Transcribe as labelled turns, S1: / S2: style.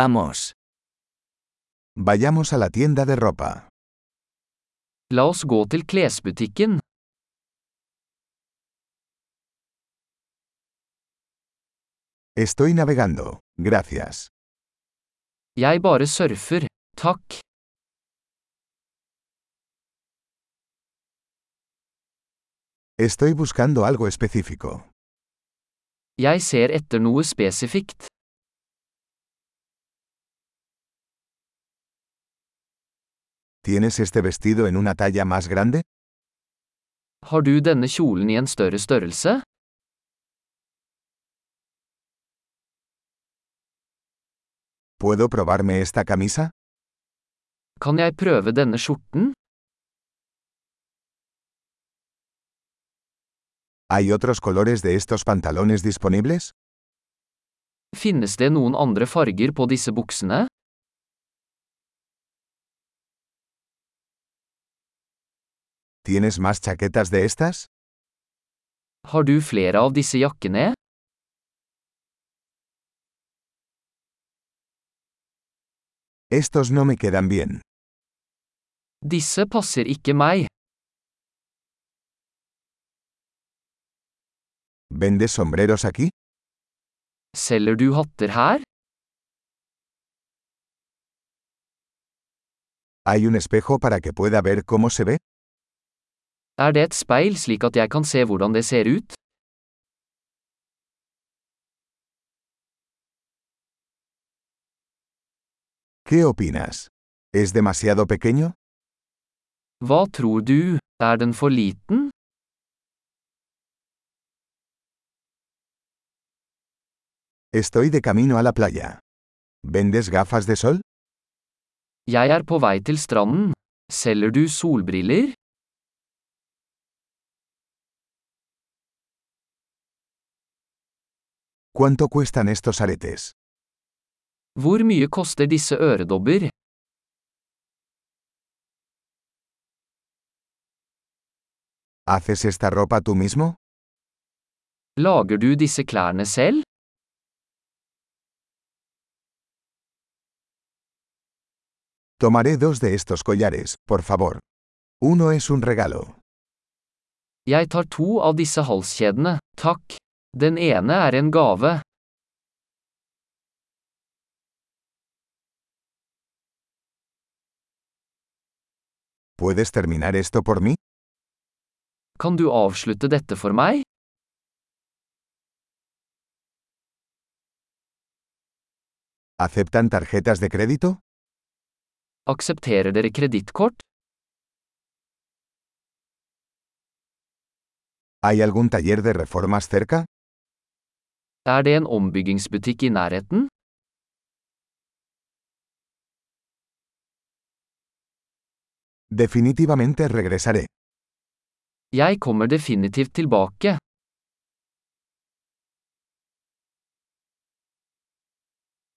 S1: Vamos.
S2: Vayamos a la tienda de ropa.
S1: La oss gå til klesbutikken.
S2: Estoy navegando, gracias.
S1: Jeg bare surfer. Takk.
S2: Estoy buscando algo específico.
S1: Jeg ser etter noe spesifikt.
S2: ¿Tienes este vestido en una talla más grande?
S1: Har du denne kjolen i en større størrelse?
S2: ¿Puedo probarme esta camisa?
S1: Kan jeg prøve denne skjorten?
S2: ¿Hay otros colores de estos pantalones disponibles?
S1: Finnes det noen andre farger på disse buksene?
S2: ¿Tienes más chaquetas de estas?
S1: Har du flere av disse jakkene?
S2: Estos no me quedan bien.
S1: Disse passer ikke meg.
S2: ¿Vendes sombreros aquí?
S1: Selger du hatter her?
S2: ¿Hay un espejo para que pueda ver cómo se ve?
S1: Er det et speil slik at jeg kan se hvordan det ser ut?
S2: ¿Qué opinas? ¿Es demasiado pequeño?
S1: Hva tror du? Er den for liten?
S2: Estoy de camino a la playa. ¿Vendes gafas de sol?
S1: Jeg er på vei til stranden. Selger du solbriller?
S2: ¿Cuánto cuestan estos aretes?
S1: Hvor mye koster disse øredobber?
S2: ¿Haces esta ropa tú mismo?
S1: Lager du disse klærne selv?
S2: Tomaré dos de estos collares, por favor. Uno es un regalo.
S1: Jeg tar to av disse halskjedene, takk. Den ene er en gave.
S2: ¿Puedes terminar esto por mí?
S1: Kan du avslutte dette for meg?
S2: ¿Aceptan tarjetas de crédito?
S1: Aksepterer dere kredittkort?
S2: ¿Hay algún taller de reformas cerca?
S1: Er det en ombyggingsbutikk i nærheten?
S2: Definitivamente regresaré.
S1: Jeg kommer definitivt tilbake.